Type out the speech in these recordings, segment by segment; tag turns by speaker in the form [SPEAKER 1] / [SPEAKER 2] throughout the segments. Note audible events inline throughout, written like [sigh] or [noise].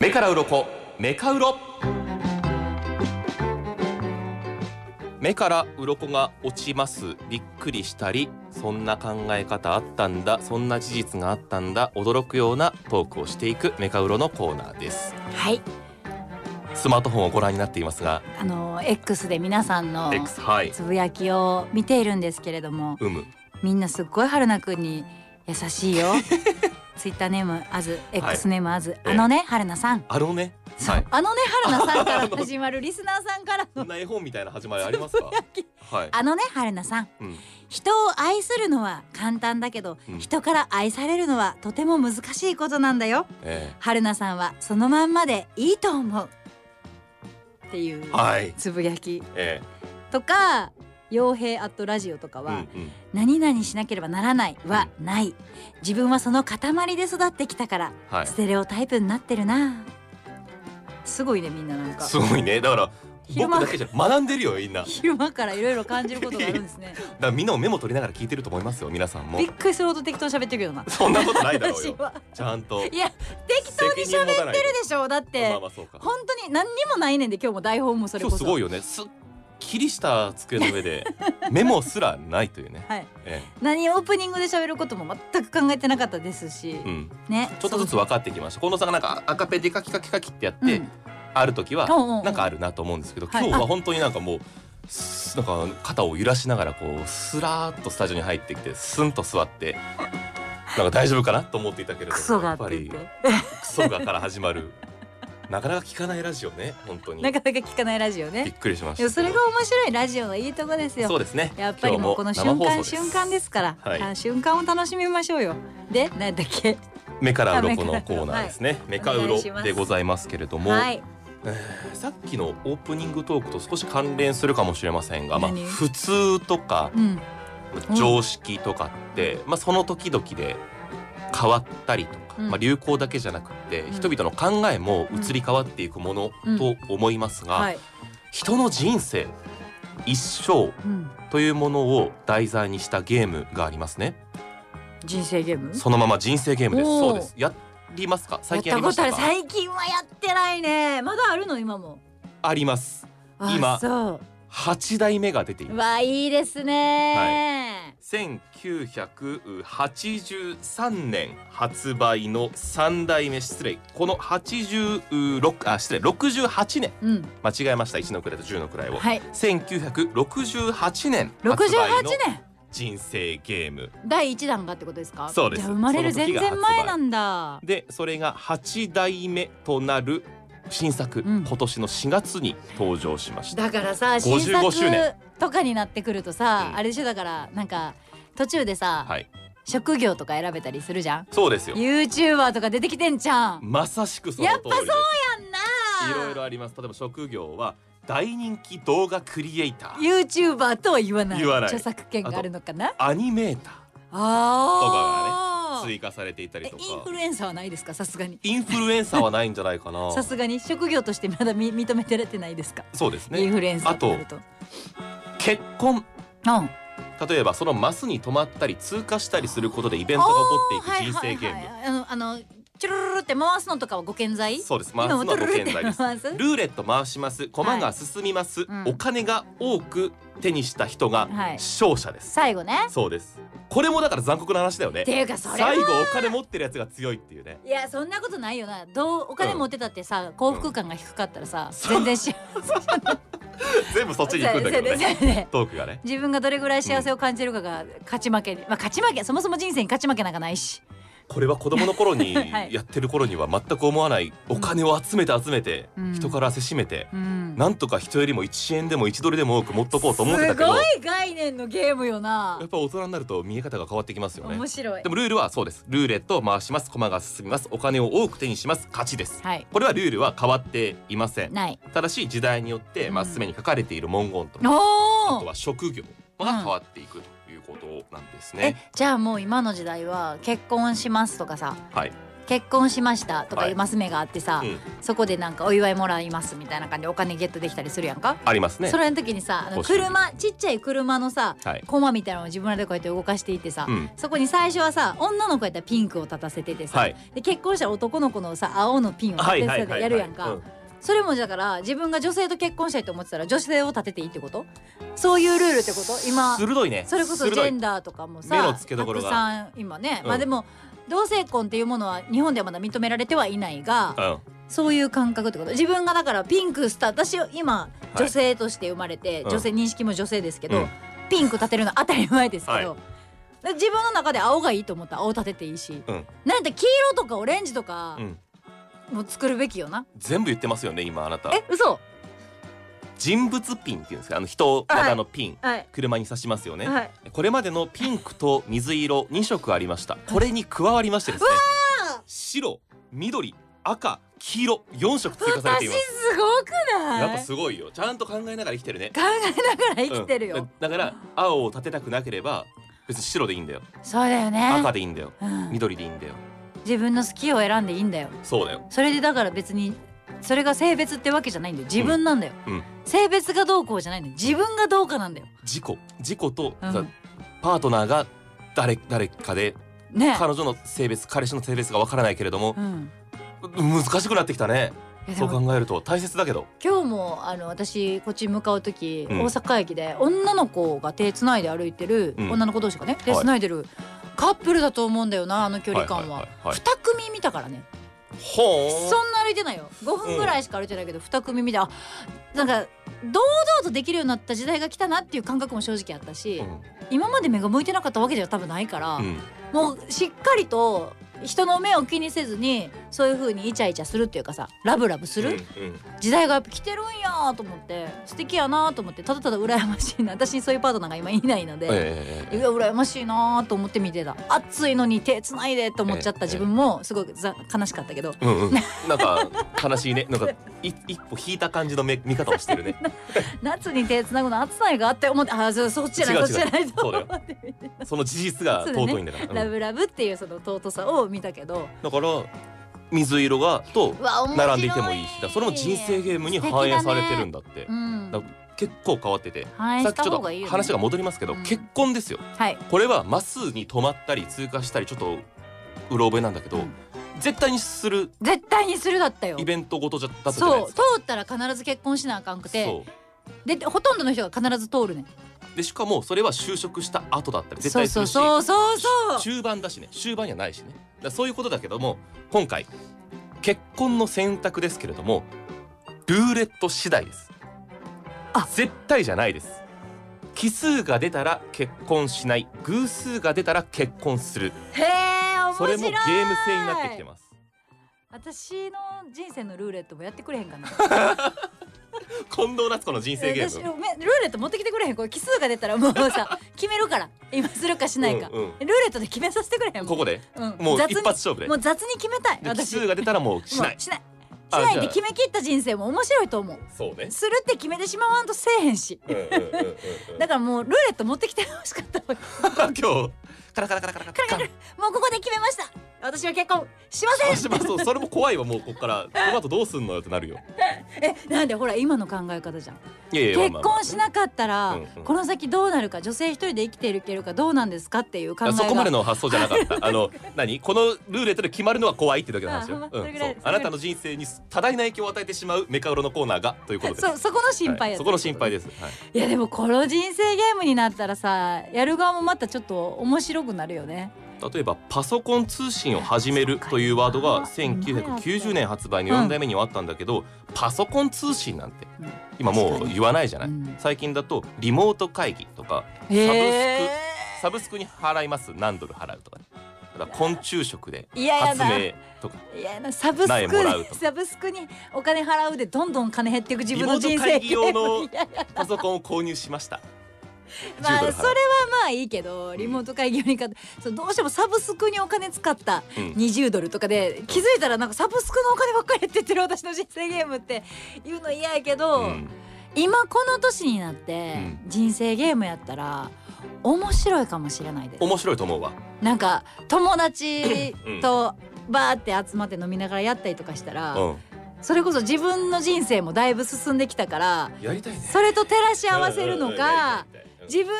[SPEAKER 1] 目から鱗メカウロ目から鱗が落ちますびっくりしたりそんな考え方あったんだそんな事実があったんだ驚くようなトークをしていくメカウロのコーナーです
[SPEAKER 2] はい、
[SPEAKER 1] スマートフォンをご覧になっていますが
[SPEAKER 2] あの X で皆さんの
[SPEAKER 1] X はい
[SPEAKER 2] つぶやきを見ているんですけれども、
[SPEAKER 1] うむ
[SPEAKER 2] みんなすっごい春菜くんに優しい
[SPEAKER 1] [laughs]
[SPEAKER 2] よ。ツイッターネームあず、X ネームあず、
[SPEAKER 1] ええ
[SPEAKER 2] あのね春菜さん、
[SPEAKER 1] あのね
[SPEAKER 2] そう
[SPEAKER 1] はい
[SPEAKER 2] あのね春菜さんから始まるリスナーさんから
[SPEAKER 1] そ [laughs]
[SPEAKER 2] の
[SPEAKER 1] んな絵本みたいな始まりあります
[SPEAKER 2] [laughs]
[SPEAKER 1] かはい、
[SPEAKER 2] あのね春菜さん、
[SPEAKER 1] うん、
[SPEAKER 2] 人を愛するのは簡単だけど、
[SPEAKER 1] うん
[SPEAKER 2] 人から愛されるのはとても難しいことなんだよ。
[SPEAKER 1] え
[SPEAKER 2] 春菜さんはそのまんまでいいと思うっていう
[SPEAKER 1] えはい
[SPEAKER 2] つぶやき
[SPEAKER 1] え
[SPEAKER 2] とか傭兵アットラジオとか
[SPEAKER 1] え
[SPEAKER 2] は、
[SPEAKER 1] うんうん
[SPEAKER 2] 何々しなければならないはない自分はその塊で育ってきたから、
[SPEAKER 1] はい
[SPEAKER 2] ステレオタイプになってるなすごいねみんななんか
[SPEAKER 1] すごいねだから
[SPEAKER 2] 昼
[SPEAKER 1] 僕
[SPEAKER 2] 間
[SPEAKER 1] だけじゃ学んでるよみんな
[SPEAKER 2] 昼間からいろいろ感じることがあるんですね
[SPEAKER 1] だからみんなもメモ取りながら聞いてると思いますよ皆さん [laughs] も
[SPEAKER 2] びっくりするほど適当に喋ってるけどな
[SPEAKER 1] そんなことないだろう
[SPEAKER 2] [laughs] 私
[SPEAKER 1] よ
[SPEAKER 2] は
[SPEAKER 1] ちゃんと
[SPEAKER 2] いや適当に喋ってるでしょだって、
[SPEAKER 1] まあまあそうか
[SPEAKER 2] 本当に何にもないねんで今日も台本もそれ
[SPEAKER 1] 今
[SPEAKER 2] こ
[SPEAKER 1] 日
[SPEAKER 2] そ
[SPEAKER 1] すごい
[SPEAKER 2] い
[SPEAKER 1] よねすっきりした机の上
[SPEAKER 2] [laughs]
[SPEAKER 1] でメモすらないというね、
[SPEAKER 2] はい
[SPEAKER 1] え
[SPEAKER 2] 何オープニングで喋ることも全く考えてなかったですし、
[SPEAKER 1] えうん、
[SPEAKER 2] ね
[SPEAKER 1] ちょっとずつ分かってきました近藤さんがなんか赤ペンでカキカキカキってやって、
[SPEAKER 2] うん
[SPEAKER 1] ある時は
[SPEAKER 2] おうおうおう
[SPEAKER 1] なんかあるなと思うんですけど
[SPEAKER 2] は
[SPEAKER 1] 今
[SPEAKER 2] い
[SPEAKER 1] 日は本当になんかもうすなんか肩を揺らしながらこうスラーっとスタジオに入ってきてスンと座ってなんか大丈夫かなと思っていたけれど
[SPEAKER 2] クソが
[SPEAKER 1] や
[SPEAKER 2] あ
[SPEAKER 1] っぱ
[SPEAKER 2] って言
[SPEAKER 1] り
[SPEAKER 2] って
[SPEAKER 1] クソがから始まるなかなか聞かないラジオね本当に
[SPEAKER 2] なかなか聞かないラジオね
[SPEAKER 1] びっくりしまし
[SPEAKER 2] い
[SPEAKER 1] た
[SPEAKER 2] やそれが面白いラジオのいいとこですよ
[SPEAKER 1] そうですね
[SPEAKER 2] やっぱりもうこの
[SPEAKER 1] 今
[SPEAKER 2] 瞬
[SPEAKER 1] 日も生放
[SPEAKER 2] 間
[SPEAKER 1] 送
[SPEAKER 2] 瞬間ですから、
[SPEAKER 1] はい
[SPEAKER 2] あ瞬間を楽しみましょうよで何だっけ
[SPEAKER 1] 目から鱗のコーナーですね目か
[SPEAKER 2] か
[SPEAKER 1] ら
[SPEAKER 2] 鱗
[SPEAKER 1] うろ
[SPEAKER 2] はいお願いします
[SPEAKER 1] でございますけれども、
[SPEAKER 2] はい
[SPEAKER 1] さっきのオープニングトークと少し関連するかもしれませんが、まあ、
[SPEAKER 2] 何
[SPEAKER 1] 普通とか
[SPEAKER 2] うんうん
[SPEAKER 1] 常識とかって、まあ、その時々で変わったりとか、
[SPEAKER 2] うん
[SPEAKER 1] まあ、流行だけじゃなくって、
[SPEAKER 2] うん
[SPEAKER 1] 人々の考えも移り変わっていくものと思いますが、
[SPEAKER 2] はい、
[SPEAKER 1] 人の人生一生
[SPEAKER 2] うん、
[SPEAKER 1] というものを題材にしたゲームがありますね。
[SPEAKER 2] 人生ゲーム
[SPEAKER 1] そのまま人生ゲームです。
[SPEAKER 2] おー
[SPEAKER 1] そうです。やりますか。最近やりまし
[SPEAKER 2] や
[SPEAKER 1] た
[SPEAKER 2] った
[SPEAKER 1] か
[SPEAKER 2] こと。ある最近はやってないねまだあるの今も
[SPEAKER 1] あります。
[SPEAKER 2] あ
[SPEAKER 1] 今
[SPEAKER 2] そ
[SPEAKER 1] 八代目が出ていうます。
[SPEAKER 2] わいいですね、
[SPEAKER 1] 1983年発売の三代目失礼この86あ失礼68年
[SPEAKER 2] うん
[SPEAKER 1] 間違えました1の位と10の位を、
[SPEAKER 2] はい
[SPEAKER 1] 1968年
[SPEAKER 2] 68
[SPEAKER 1] 発売の
[SPEAKER 2] 年
[SPEAKER 1] 人生ゲーム
[SPEAKER 2] 第一弾がってことですか
[SPEAKER 1] そうです
[SPEAKER 2] じゃあ生まれる
[SPEAKER 1] その時
[SPEAKER 2] 全
[SPEAKER 1] が
[SPEAKER 2] 然前なんだ
[SPEAKER 1] でそれが8代目となる新作、
[SPEAKER 2] うん
[SPEAKER 1] 今年の4月に登場しました
[SPEAKER 2] だからさ新
[SPEAKER 1] 55周年
[SPEAKER 2] 作とかになってくるとさ、
[SPEAKER 1] うん
[SPEAKER 2] あれでしょだからなんか途中でさ、
[SPEAKER 1] はい
[SPEAKER 2] 職業とか選べたりするじゃん
[SPEAKER 1] そうですよ
[SPEAKER 2] YouTuber とか出てきてんじゃん
[SPEAKER 1] まさしくその通りです
[SPEAKER 2] やっぱ
[SPEAKER 1] いろいろあります例えば職業は大人気動画クリエイター
[SPEAKER 2] YouTuber とは言わない
[SPEAKER 1] 言わない
[SPEAKER 2] 著作権があるのかな
[SPEAKER 1] アニメータ
[SPEAKER 2] あ
[SPEAKER 1] ー
[SPEAKER 2] ー
[SPEAKER 1] 追加されていたり
[SPEAKER 2] え
[SPEAKER 1] とか
[SPEAKER 2] インフルエンサーはないですかさすがに
[SPEAKER 1] インフルエンサーはないんじゃないかな
[SPEAKER 2] さすがに職業としてまだみ [laughs] 認めてられてないですか、
[SPEAKER 1] そうです
[SPEAKER 2] イン
[SPEAKER 1] ね
[SPEAKER 2] フルエンサーとなると
[SPEAKER 1] 結婚
[SPEAKER 2] うん
[SPEAKER 1] 例えばそのマスに止まったり通過したりすることでイベントが起こっていく人生ゲーム、
[SPEAKER 2] はいはいはいあのあのチュルルルって回すのとかはご健在
[SPEAKER 1] そうです回
[SPEAKER 2] 今
[SPEAKER 1] すの
[SPEAKER 2] も
[SPEAKER 1] は
[SPEAKER 2] ト
[SPEAKER 1] ご
[SPEAKER 2] ゥルルル
[SPEAKER 1] 健
[SPEAKER 2] って
[SPEAKER 1] 在です
[SPEAKER 2] 回す
[SPEAKER 1] ルーレット回します駒が進みます、
[SPEAKER 2] うん
[SPEAKER 1] お金が多く手にした人が
[SPEAKER 2] はい
[SPEAKER 1] 勝者です、
[SPEAKER 2] 最後ね
[SPEAKER 1] そうですこれもだから残酷な話だよ
[SPEAKER 2] っ
[SPEAKER 1] ね
[SPEAKER 2] ていうかそれは
[SPEAKER 1] 最後お金持ってるやつが強いっていう
[SPEAKER 2] [laughs]
[SPEAKER 1] ね
[SPEAKER 2] いやそんなことないよなどうお
[SPEAKER 1] う
[SPEAKER 2] 金
[SPEAKER 1] ん
[SPEAKER 2] 持ってたってさ、幸福感が低かったらさ、
[SPEAKER 1] そう
[SPEAKER 2] 全
[SPEAKER 1] [laughs]
[SPEAKER 2] 然し
[SPEAKER 1] 全部そっちに行くんだけど
[SPEAKER 2] そう
[SPEAKER 1] ね
[SPEAKER 2] ですよね
[SPEAKER 1] トークがね
[SPEAKER 2] 自分がどれぐらい幸せを感じるかが勝ち負けに、まあ勝ち負けそもそも人生に勝ち負けなんかないし
[SPEAKER 1] これは子供の頃に
[SPEAKER 2] [laughs] はい
[SPEAKER 1] やってる頃には全く思わないお金を集めて集めて
[SPEAKER 2] うん
[SPEAKER 1] 人からせしめて
[SPEAKER 2] うん
[SPEAKER 1] なんとか人よりも1円でも1ドルでも多く持っとこうと思ってたけど
[SPEAKER 2] すご
[SPEAKER 1] や
[SPEAKER 2] い概念のゲームよな
[SPEAKER 1] っぱ大人になると見え方が変わってきますよね
[SPEAKER 2] 面白い
[SPEAKER 1] でもルールはそうですルーレットを回します駒が進みますお金を多く手にします勝ちです
[SPEAKER 2] はい
[SPEAKER 1] これはルールは変わっていません
[SPEAKER 2] ない
[SPEAKER 1] ただし時代によってまあ
[SPEAKER 2] うん
[SPEAKER 1] すでに書かれている文言とかあ
[SPEAKER 2] お
[SPEAKER 1] と
[SPEAKER 2] ー
[SPEAKER 1] は職業が変わっていくということなんです
[SPEAKER 2] え
[SPEAKER 1] ね
[SPEAKER 2] じゃあもう今の時代は結婚しますとかさ
[SPEAKER 1] はい
[SPEAKER 2] 結婚しましたとかい
[SPEAKER 1] は
[SPEAKER 2] う
[SPEAKER 1] い
[SPEAKER 2] マス目があってさ、
[SPEAKER 1] うん
[SPEAKER 2] そこでなんかお祝いもらいますみたいな感じでお金ゲットできたりするやんか、
[SPEAKER 1] ありますね
[SPEAKER 2] それの時にさあの
[SPEAKER 1] 欲しい
[SPEAKER 2] 車ちっちゃい車のさ
[SPEAKER 1] はい
[SPEAKER 2] コマみたいなのを自分らでこうやって動かしていってさ、
[SPEAKER 1] うん
[SPEAKER 2] そこに最初はさ女の子やったらピンクを立たせててさ、
[SPEAKER 1] はい
[SPEAKER 2] で結婚したら男の子のさ青のピンを立
[SPEAKER 1] は
[SPEAKER 2] て
[SPEAKER 1] い
[SPEAKER 2] て
[SPEAKER 1] はい
[SPEAKER 2] さ
[SPEAKER 1] はい
[SPEAKER 2] やるやんか、
[SPEAKER 1] うん
[SPEAKER 2] それもだから自分が女性と結婚したいと思ってたら女性を立てていいってことそういうルールってこと今
[SPEAKER 1] 鋭いね
[SPEAKER 2] それこそジ
[SPEAKER 1] 鋭
[SPEAKER 2] ェ
[SPEAKER 1] い
[SPEAKER 2] ンダーとかもさ
[SPEAKER 1] 目の付けどころが
[SPEAKER 2] たくさん今ね、
[SPEAKER 1] うん
[SPEAKER 2] まあでも同性婚っていうものは日本ではまだ認められてはいないが、
[SPEAKER 1] うん
[SPEAKER 2] そういう感覚ってこと自分がだからピンクスター私は今
[SPEAKER 1] い
[SPEAKER 2] 女性として生まれて、
[SPEAKER 1] うん
[SPEAKER 2] 女性認識も女性ですけど、
[SPEAKER 1] うん
[SPEAKER 2] ピンク立てるの当たり前ですけど。
[SPEAKER 1] はい
[SPEAKER 2] で自分の中で青がいいと思ったら青立てていいし、
[SPEAKER 1] うん
[SPEAKER 2] なんて黄色とかオレンジとか
[SPEAKER 1] うん
[SPEAKER 2] も作るべきよな、
[SPEAKER 1] 全部言ってますよね今あなた
[SPEAKER 2] え嘘
[SPEAKER 1] 人物ピンっていうんですかあの人型のピン、
[SPEAKER 2] はい
[SPEAKER 1] 車に刺しますよね、
[SPEAKER 2] はい
[SPEAKER 1] これまでのピンクと水色2色ありましたこれに加わりましてですね
[SPEAKER 2] わー
[SPEAKER 1] 白緑赤黄色4色追加されてい
[SPEAKER 2] 私
[SPEAKER 1] ますす
[SPEAKER 2] ごくない
[SPEAKER 1] やっぱすごいよちゃんと考えながら生きてるね
[SPEAKER 2] 考えながら生きてるよ、
[SPEAKER 1] うんだだから青を立てたくなければ別に白でいいんだよ
[SPEAKER 2] そうだよね
[SPEAKER 1] 赤でいいんだよ
[SPEAKER 2] うん、
[SPEAKER 1] 緑でいいんだよ
[SPEAKER 2] 自分の好きを選んでいいんだよ
[SPEAKER 1] そうだよ
[SPEAKER 2] それでだから別にそれが性別ってわけじゃないんだよ自分なんだよ、
[SPEAKER 1] うんうん
[SPEAKER 2] 性別がどうこうじゃないんだよ自分がどうかなんだよ、
[SPEAKER 1] 自己自己と、
[SPEAKER 2] うん
[SPEAKER 1] さパートナーが誰誰かで
[SPEAKER 2] ね
[SPEAKER 1] 彼女の性別彼氏の性別がわからないけれども
[SPEAKER 2] う、ん、
[SPEAKER 1] 難しくなってきたね
[SPEAKER 2] いやで
[SPEAKER 1] そう
[SPEAKER 2] も
[SPEAKER 1] 考えると大切だけど
[SPEAKER 2] 今日もあの私こっち向かう時、
[SPEAKER 1] うん
[SPEAKER 2] 大阪駅で女の子が手つないで歩いてる、
[SPEAKER 1] うん
[SPEAKER 2] 女の子同士がね手つないでる、カップルだと思うんだよなあの距離感は,、二
[SPEAKER 1] いいいい
[SPEAKER 2] 2組見たからね
[SPEAKER 1] ほーん
[SPEAKER 2] そんな歩いてないよ5分ぐらいしか歩いてないけど、二組見てあなんか堂々とできるようになった時代が来たなっていう感覚も正直あったし、今まで目が向いてなかったわけでは多分ないから、
[SPEAKER 1] うんうん
[SPEAKER 2] もうしっかりと人の目を気にせずにそういう風にイチャイチャするっていうかさラブラブする、
[SPEAKER 1] うんうん
[SPEAKER 2] 時代がやっぱ来てるんやと思って素敵やなと思ってただただ羨ましいな私にそういうパートナーが今いないので。
[SPEAKER 1] えええ
[SPEAKER 2] い
[SPEAKER 1] え
[SPEAKER 2] や羨ましいなと思って見てた暑いのに手つないでと思っちゃった自分もすごくざ悲しかったけど
[SPEAKER 1] うん
[SPEAKER 2] [laughs]
[SPEAKER 1] うん、なんか悲しいねなんかい一歩引いた感じの目見方をしてる
[SPEAKER 2] [laughs]
[SPEAKER 1] ね
[SPEAKER 2] 夏に手つなぐの暑ないがあって思ってあそそっちじゃな
[SPEAKER 1] 違
[SPEAKER 2] いうそっちじゃないと
[SPEAKER 1] そうだ
[SPEAKER 2] 思
[SPEAKER 1] よ
[SPEAKER 2] って見て
[SPEAKER 1] その事実が尊いんだからうんだ,、
[SPEAKER 2] ラブラブっていうその尊さを見たけど
[SPEAKER 1] から水色がと
[SPEAKER 2] うわ面白い
[SPEAKER 1] 並んでいてもいいしだからそれも人生ゲームに反映されてるんだって
[SPEAKER 2] うん
[SPEAKER 1] だ結構変わってて
[SPEAKER 2] 反映
[SPEAKER 1] さ
[SPEAKER 2] し
[SPEAKER 1] っき
[SPEAKER 2] た
[SPEAKER 1] ちょ
[SPEAKER 2] 方
[SPEAKER 1] っ
[SPEAKER 2] がいい
[SPEAKER 1] と
[SPEAKER 2] よ、ね、
[SPEAKER 1] 話が戻りますけど、
[SPEAKER 2] うん
[SPEAKER 1] 結婚ですよ
[SPEAKER 2] はい
[SPEAKER 1] これはマスに止まったり通過したりちょっとうろ覚えなんだけど、
[SPEAKER 2] うん
[SPEAKER 1] 絶対にする
[SPEAKER 2] 絶対にするだったよ
[SPEAKER 1] イベントごとじゃだったじゃない
[SPEAKER 2] そ
[SPEAKER 1] で
[SPEAKER 2] う
[SPEAKER 1] す
[SPEAKER 2] 通
[SPEAKER 1] か
[SPEAKER 2] ったら必ず結婚しなあかんくて
[SPEAKER 1] う
[SPEAKER 2] でほとんどの人が必ず通るねん
[SPEAKER 1] でしかもそれは就職した後だったり絶
[SPEAKER 2] そう
[SPEAKER 1] 対す
[SPEAKER 2] そう
[SPEAKER 1] るし
[SPEAKER 2] そうそうそう
[SPEAKER 1] 中盤だしね終盤にはないしねだからそういうことだけども今回結婚の選択ですけれどもルーレット次第です
[SPEAKER 2] あ
[SPEAKER 1] 絶対じゃないです奇数が出たら結婚しない偶数が出たら結婚する
[SPEAKER 2] へえ
[SPEAKER 1] そ
[SPEAKER 2] 面白
[SPEAKER 1] れも
[SPEAKER 2] い
[SPEAKER 1] ゲーム性になってきてます
[SPEAKER 2] 私の人生のルーレットもやってくれへん
[SPEAKER 1] [laughs]
[SPEAKER 2] かな
[SPEAKER 1] 近藤夏子の人生ゲ
[SPEAKER 2] 私
[SPEAKER 1] ーム
[SPEAKER 2] めルーレット持ってきてくれへんこれ奇数が出たらもう
[SPEAKER 1] [laughs]
[SPEAKER 2] さ決めるから今するかしないか、
[SPEAKER 1] うんうん
[SPEAKER 2] ルーレットで決めさせてくれへん
[SPEAKER 1] ここ
[SPEAKER 2] で、
[SPEAKER 1] で
[SPEAKER 2] うん、
[SPEAKER 1] もう
[SPEAKER 2] 雑
[SPEAKER 1] 一
[SPEAKER 2] に
[SPEAKER 1] 発勝負で
[SPEAKER 2] もう雑に決めたい
[SPEAKER 1] で奇
[SPEAKER 2] 私
[SPEAKER 1] 数が出たらもうしな
[SPEAKER 2] も
[SPEAKER 1] いう
[SPEAKER 2] しないし
[SPEAKER 1] あ
[SPEAKER 2] ない
[SPEAKER 1] じゃ
[SPEAKER 2] で
[SPEAKER 1] あ
[SPEAKER 2] 決めきった人生も面白いと思う
[SPEAKER 1] そうね
[SPEAKER 2] するって決めてしまわんとせえへんし
[SPEAKER 1] うんうんうんうんうん
[SPEAKER 2] [laughs] だからもうルーレット持ってきてほしかった
[SPEAKER 1] 今
[SPEAKER 2] わ
[SPEAKER 1] 日カラカラカラカラカラカラ
[SPEAKER 2] もうここで決めました私は結婚しません
[SPEAKER 1] しますそうそれも怖いわもうこっからこの後どうすんのよってなるよ
[SPEAKER 2] えなんでほら今の考え方じゃん
[SPEAKER 1] いやいや
[SPEAKER 2] 結
[SPEAKER 1] まあまあまあ
[SPEAKER 2] 婚しなかったら、
[SPEAKER 1] うんうん
[SPEAKER 2] この先どうなるか女性一人で生きていけるかどうなんですかっていう考えが
[SPEAKER 1] そこまでの発想じゃなかったあの何このルーレットで決まるのは怖いってだけの話よ、
[SPEAKER 2] あほんま
[SPEAKER 1] うん
[SPEAKER 2] それぐ
[SPEAKER 1] そ
[SPEAKER 2] らいうそれぐら
[SPEAKER 1] あ
[SPEAKER 2] い
[SPEAKER 1] なたの人生に多大な影響を与えてしまうメカウロのコーナーがということです
[SPEAKER 2] そそこの心配
[SPEAKER 1] は
[SPEAKER 2] や
[SPEAKER 1] い
[SPEAKER 2] った
[SPEAKER 1] そこの心配です、はい、
[SPEAKER 2] いやでもこの人生ゲームになったらさやる側もまたちょっと面白くなるよね
[SPEAKER 1] 例えばパソコン通信を始めるというワードが1990年発売の4代目にはあったんだけど、パソコン通信なんて
[SPEAKER 2] うん
[SPEAKER 1] 今もう言わないじゃない、
[SPEAKER 2] うん
[SPEAKER 1] 最近だとリモート会議とか
[SPEAKER 2] へえ
[SPEAKER 1] サブスクに払います何ドル払うとかねだから昆虫食で
[SPEAKER 2] いやや
[SPEAKER 1] 発
[SPEAKER 2] だ
[SPEAKER 1] 明とか
[SPEAKER 2] いやなサブスク
[SPEAKER 1] 苗もらう
[SPEAKER 2] に
[SPEAKER 1] と
[SPEAKER 2] サブスクにお金払うでどんどん金減っていく自分の人
[SPEAKER 1] リモー
[SPEAKER 2] 生
[SPEAKER 1] ト会議用の
[SPEAKER 2] いやいや
[SPEAKER 1] パソコンを購入しま
[SPEAKER 2] [laughs]
[SPEAKER 1] した
[SPEAKER 2] まあ
[SPEAKER 1] 10ドル払
[SPEAKER 2] それ
[SPEAKER 1] う
[SPEAKER 2] はまあいいけどリモート会議用に買ってそうどうしてもサブスクにお金使った
[SPEAKER 1] うん
[SPEAKER 2] 20ドルとかで気づいたらなんかサブスクのお金ばっかり減ってってる私の人生ゲームって言うの嫌やけど、
[SPEAKER 1] うん
[SPEAKER 2] 今この年になって
[SPEAKER 1] うん
[SPEAKER 2] 人生ゲームやったら面白いかもしれないです。
[SPEAKER 1] 面白いと思うわ
[SPEAKER 2] なんか友達とバーって集まって飲みながらやったりとかしたら、
[SPEAKER 1] う
[SPEAKER 2] それこそ自分の人生もだいぶ進んできたから
[SPEAKER 1] んやりたいね
[SPEAKER 2] それと照らし合わせる
[SPEAKER 1] うんうんう
[SPEAKER 2] のか
[SPEAKER 1] んやりたいやりたいうん
[SPEAKER 2] 自分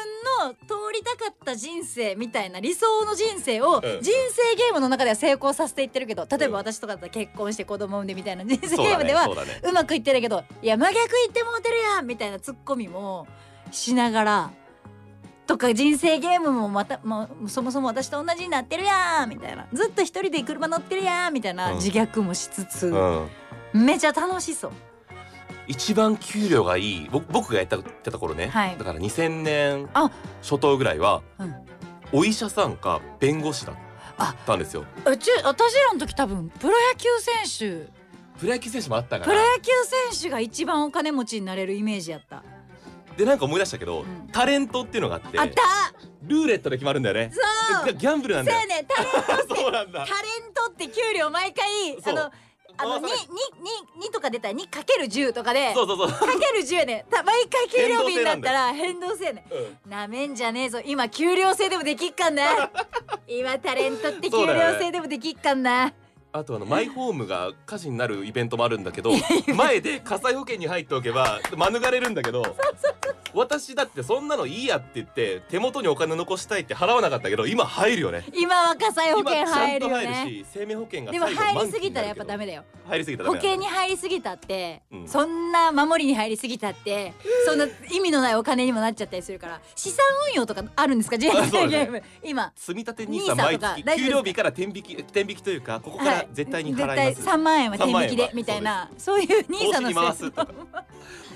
[SPEAKER 2] の通りたかった人生みたいな理想の人生を人
[SPEAKER 1] うん
[SPEAKER 2] 生ゲームの中では成功させていってるけど例え
[SPEAKER 1] うん
[SPEAKER 2] ば私とかだったら結婚して子供産んでみたいな人生
[SPEAKER 1] そう
[SPEAKER 2] ゲー
[SPEAKER 1] だ
[SPEAKER 2] ム
[SPEAKER 1] ね
[SPEAKER 2] では
[SPEAKER 1] そうだね
[SPEAKER 2] うまくいってるけどいや真逆いってもうてるやんみたいなツッコミもしながらとか人生ゲームもまたもうそもそも私と同じになってるやんみたいなずっと一人で車乗ってるやんみたいな
[SPEAKER 1] うん
[SPEAKER 2] 自虐もしつつ、
[SPEAKER 1] うん
[SPEAKER 2] めちゃ楽しそう。
[SPEAKER 1] 一番給料がいい僕僕がやったやってた頃ね、
[SPEAKER 2] はい
[SPEAKER 1] だから2000年
[SPEAKER 2] あ
[SPEAKER 1] 初頭ぐらいは、
[SPEAKER 2] うん
[SPEAKER 1] お医者さんか弁護士だったんですよ
[SPEAKER 2] うち私らの時多分プロ野球選手
[SPEAKER 1] プロ野球選手もあったか
[SPEAKER 2] プロ
[SPEAKER 1] ら
[SPEAKER 2] 野球選手が一番お金持ちになれるイメージやった。
[SPEAKER 1] でなんか思い出したけど、
[SPEAKER 2] ん
[SPEAKER 1] タレントっていうのがあって
[SPEAKER 2] あった
[SPEAKER 1] ルーレットで決まるんだよね
[SPEAKER 2] そう
[SPEAKER 1] でギャンブルなん
[SPEAKER 2] せ
[SPEAKER 1] だよ
[SPEAKER 2] やねんタレン
[SPEAKER 1] [laughs] そうなんだ
[SPEAKER 2] タレントって給料毎回
[SPEAKER 1] そ
[SPEAKER 2] あ
[SPEAKER 1] う
[SPEAKER 2] のあの
[SPEAKER 1] 回さな
[SPEAKER 2] 二
[SPEAKER 1] い
[SPEAKER 2] 二二とか出たら2かける10とかで
[SPEAKER 1] そうそうそう
[SPEAKER 2] かける10やねんた毎回給料日になったら変動制やね
[SPEAKER 1] うん
[SPEAKER 2] んなめんじゃねえぞ今給料制でもできっかんな
[SPEAKER 1] [laughs]
[SPEAKER 2] 今タレントって給料制でもできっかんな、
[SPEAKER 1] あとあのマイホームが火事になるイベントもあるんだけど前で火災保険に入っておけば免れるんだ
[SPEAKER 2] [laughs]
[SPEAKER 1] けど私だってそんなのいいやって言って手元にお金残したいって払わなかったけど今入るよね
[SPEAKER 2] 今は火災保
[SPEAKER 1] 今
[SPEAKER 2] 険
[SPEAKER 1] ちゃ
[SPEAKER 2] 入
[SPEAKER 1] ん
[SPEAKER 2] る
[SPEAKER 1] と
[SPEAKER 2] よ
[SPEAKER 1] 入る
[SPEAKER 2] ね
[SPEAKER 1] し生命保険が
[SPEAKER 2] でも
[SPEAKER 1] 最後満期
[SPEAKER 2] 入りすぎたらやっぱダ
[SPEAKER 1] になる
[SPEAKER 2] メだよ
[SPEAKER 1] けど入りすぎたら
[SPEAKER 2] 保
[SPEAKER 1] ダメ
[SPEAKER 2] 険に入りすぎたって、
[SPEAKER 1] うん
[SPEAKER 2] そんな守りに入りすぎたってそんな意味のないお金にもなっちゃったりするから資産運用とかあるんですか人
[SPEAKER 1] [laughs] あそうだ
[SPEAKER 2] 生ゲ
[SPEAKER 1] ね
[SPEAKER 2] ーム今
[SPEAKER 1] 積み立て
[SPEAKER 2] 兄
[SPEAKER 1] NISA
[SPEAKER 2] さんとか
[SPEAKER 1] 毎
[SPEAKER 2] 大丈夫です
[SPEAKER 1] 月
[SPEAKER 2] か
[SPEAKER 1] 給料日から天引き天引きというかここか
[SPEAKER 2] は
[SPEAKER 1] ら
[SPEAKER 2] い
[SPEAKER 1] 絶対に払います
[SPEAKER 2] 絶対3万円は天
[SPEAKER 1] 3万
[SPEAKER 2] 引
[SPEAKER 1] 円
[SPEAKER 2] き
[SPEAKER 1] は
[SPEAKER 2] でみたいなそういう兄
[SPEAKER 1] 投
[SPEAKER 2] さ
[SPEAKER 1] 資
[SPEAKER 2] んの
[SPEAKER 1] に
[SPEAKER 2] 制
[SPEAKER 1] 回
[SPEAKER 2] 度
[SPEAKER 1] すとか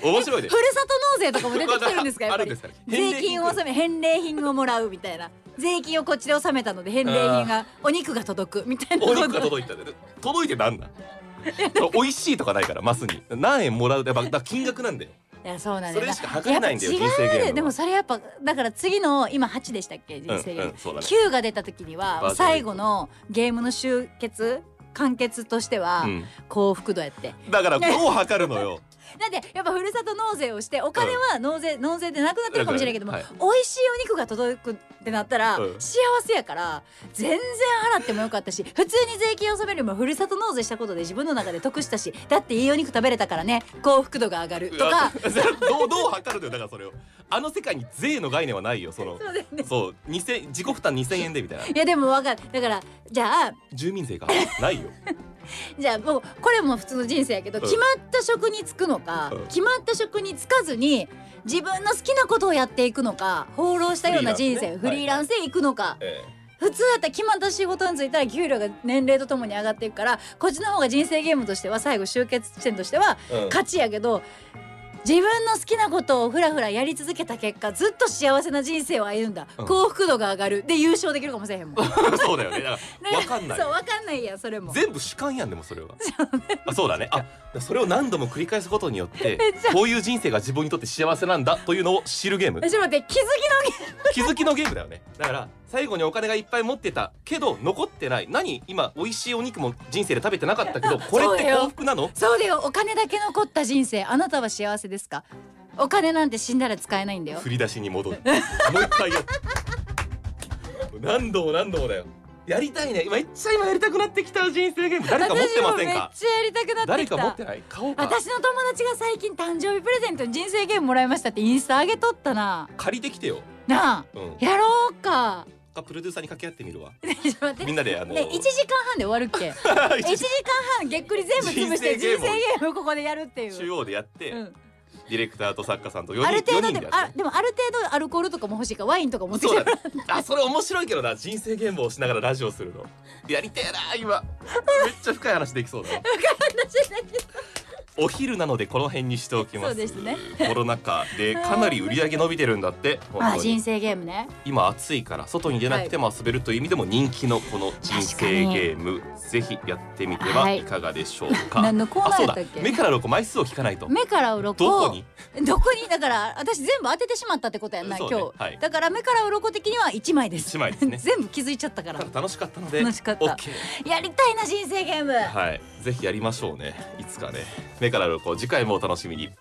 [SPEAKER 1] 面
[SPEAKER 2] [laughs]
[SPEAKER 1] 白いね
[SPEAKER 2] ふるさと納税とかも出てきてるんですかやっ
[SPEAKER 1] ある
[SPEAKER 2] ぱ
[SPEAKER 1] んで
[SPEAKER 2] り
[SPEAKER 1] すかね
[SPEAKER 2] 税金を納め返礼品をもらうみたいな税金をこっちで納めたので返礼品がお肉が届くみたいな
[SPEAKER 1] お肉が届いたんだよ届いてなんだそう美味しいとかないからマスに何円もらうやっぱだから金額なんだよ
[SPEAKER 2] いやそうなんだ
[SPEAKER 1] そ
[SPEAKER 2] よ
[SPEAKER 1] れ
[SPEAKER 2] な
[SPEAKER 1] しか測れないんだよ
[SPEAKER 2] やっ
[SPEAKER 1] 人
[SPEAKER 2] ぱ
[SPEAKER 1] 生ゲーム
[SPEAKER 2] 違う
[SPEAKER 1] は
[SPEAKER 2] でもそれやっぱだから次の今8でしたっけ人生ゲ
[SPEAKER 1] うん
[SPEAKER 2] ーム
[SPEAKER 1] うんそうだね
[SPEAKER 2] 9が出た時に
[SPEAKER 1] バージョン
[SPEAKER 2] は
[SPEAKER 1] 一
[SPEAKER 2] 最後のゲームの終結完結としては
[SPEAKER 1] うん
[SPEAKER 2] 幸福度やって
[SPEAKER 1] だからこう測るのよ
[SPEAKER 2] だってやっぱふるさと納税をしてお金は納税、納税でなくなってるかもしれないけども、
[SPEAKER 1] はい
[SPEAKER 2] 美味しいお肉が届くってなったら、
[SPEAKER 1] うん
[SPEAKER 2] 幸せやから全然払ってもよかったし普通に税金を納めるよりもふるさと納税したことで自分の中で得したしだっていいお肉食べれたからね幸福度が上がる [laughs] とか
[SPEAKER 1] [laughs] どうどう測るのよだからそれをあの世界に税の概念はないよその
[SPEAKER 2] そうだよね
[SPEAKER 1] そう2000自己負担2000円でみ
[SPEAKER 2] [laughs]
[SPEAKER 1] たいない
[SPEAKER 2] やでもわかるだからじゃあ
[SPEAKER 1] 住民税が
[SPEAKER 2] [laughs]
[SPEAKER 1] ないよ
[SPEAKER 2] じゃあもうこれも普通の人生やけど、
[SPEAKER 1] うん
[SPEAKER 2] 決まった職に就くのか、
[SPEAKER 1] うん
[SPEAKER 2] 決まった職に就かずに自分の好きなことをやっていくのか放浪したような人生フ
[SPEAKER 1] フリ
[SPEAKER 2] リー
[SPEAKER 1] ー
[SPEAKER 2] ラ
[SPEAKER 1] ラ
[SPEAKER 2] ン
[SPEAKER 1] ン
[SPEAKER 2] スで行くのか、
[SPEAKER 1] え
[SPEAKER 2] 普通だったら決まった仕事に就いたら給料が年齢とともに上がっていくからこっちの方が人生ゲームとしては最後終結地点としては
[SPEAKER 1] えうん
[SPEAKER 2] 勝ちやけど自分の好きなことをふらふらやり続けた結果ずっと幸せな人生を歩んだ、
[SPEAKER 1] うん
[SPEAKER 2] 幸福度が上がるで優勝できるかもしれへんもん。
[SPEAKER 1] [laughs] そうだよねだか
[SPEAKER 2] [laughs]
[SPEAKER 1] らわかんない
[SPEAKER 2] そうわかんないやんそれも。
[SPEAKER 1] 全部主観やんでもそれ
[SPEAKER 2] [laughs]
[SPEAKER 1] はあそうだねあだからそれを何度も繰り返すことによ
[SPEAKER 2] [laughs]
[SPEAKER 1] ってこういう人生が自分にとって幸せなんだというのを知るゲーム
[SPEAKER 2] [laughs] えちょっと待って気づきの
[SPEAKER 1] 気づきのゲームだよねだから最後にお金がいっぱい持ってたけど残ってない何今美味しいお肉も人生で食べてなかったけ
[SPEAKER 2] [laughs]
[SPEAKER 1] どこれって幸福なの
[SPEAKER 2] そうだよお金だけ残った人生あなたは幸せですかお金なんて死んだら使えないんだよ
[SPEAKER 1] 振り出しに戻るもう一回やる何度も何度もだよやりたいねめっちゃ今やりたくなってきた人生ゲーム誰か持ってません
[SPEAKER 2] 私もめっ
[SPEAKER 1] か
[SPEAKER 2] ちゃやりたくなって
[SPEAKER 1] 誰
[SPEAKER 2] きた
[SPEAKER 1] か持ってない買おうか
[SPEAKER 2] 私の友達が最近誕生日プレゼントに人生ゲームもらいましたってインスタ上げとったな
[SPEAKER 1] 借りてきてよ、
[SPEAKER 2] なあ
[SPEAKER 1] うん、
[SPEAKER 2] やろうか [laughs]
[SPEAKER 1] かプロデューサーに掛け合ってみるわ
[SPEAKER 2] ねちょっと待って
[SPEAKER 1] みんなであの
[SPEAKER 2] ね、1時間
[SPEAKER 1] [laughs]
[SPEAKER 2] 半で終わるっけ1時間半げっくり全部潰して人
[SPEAKER 1] 人生ゲー
[SPEAKER 2] 生
[SPEAKER 1] ムを
[SPEAKER 2] ゲームここでやるっていう
[SPEAKER 1] 中央でやって、
[SPEAKER 2] うん
[SPEAKER 1] ディレクターと作家さんと4人
[SPEAKER 2] ある程度
[SPEAKER 1] 四人
[SPEAKER 2] で
[SPEAKER 1] で
[SPEAKER 2] も
[SPEAKER 1] や
[SPEAKER 2] あ
[SPEAKER 1] って
[SPEAKER 2] でもある程度アルコールとかも欲しいからワインとか持ってき
[SPEAKER 1] そう
[SPEAKER 2] て
[SPEAKER 1] だねあそれ面白いけどな人生ゲームをしながらラジオするのやりてえな今めっちゃ深い話できそうだなお昼なのでこの辺にしておきます
[SPEAKER 2] そうですね
[SPEAKER 1] コロナ禍でかなり売り上げ伸びてるんだ
[SPEAKER 2] [laughs]
[SPEAKER 1] って
[SPEAKER 2] あ
[SPEAKER 1] 本当
[SPEAKER 2] 人
[SPEAKER 1] に
[SPEAKER 2] 生ゲームね
[SPEAKER 1] 今暑いから外に出なくても遊べるという意味でも人気のこの人生ゲームぜひやってみてははいいかがでしょうか、
[SPEAKER 2] 何のコー
[SPEAKER 1] あ
[SPEAKER 2] ナー
[SPEAKER 1] そ
[SPEAKER 2] や
[SPEAKER 1] うだ
[SPEAKER 2] ったっけ
[SPEAKER 1] 目から鱗枚数を聞かないと
[SPEAKER 2] 目から鱗
[SPEAKER 1] どこに
[SPEAKER 2] どこにだから私全部当ててしまったってことやんな、
[SPEAKER 1] そうね
[SPEAKER 2] 今日、
[SPEAKER 1] はい
[SPEAKER 2] だから目から鱗的には1枚です
[SPEAKER 1] 一枚ですね
[SPEAKER 2] [laughs] 全部気づいちゃったから
[SPEAKER 1] ただ楽しかったので
[SPEAKER 2] 楽しかった
[SPEAKER 1] オッケー
[SPEAKER 2] やりたいな人生ゲーム
[SPEAKER 1] はい、ぜひやりましょうね。いつかね。目から鱗次回もお楽しみに。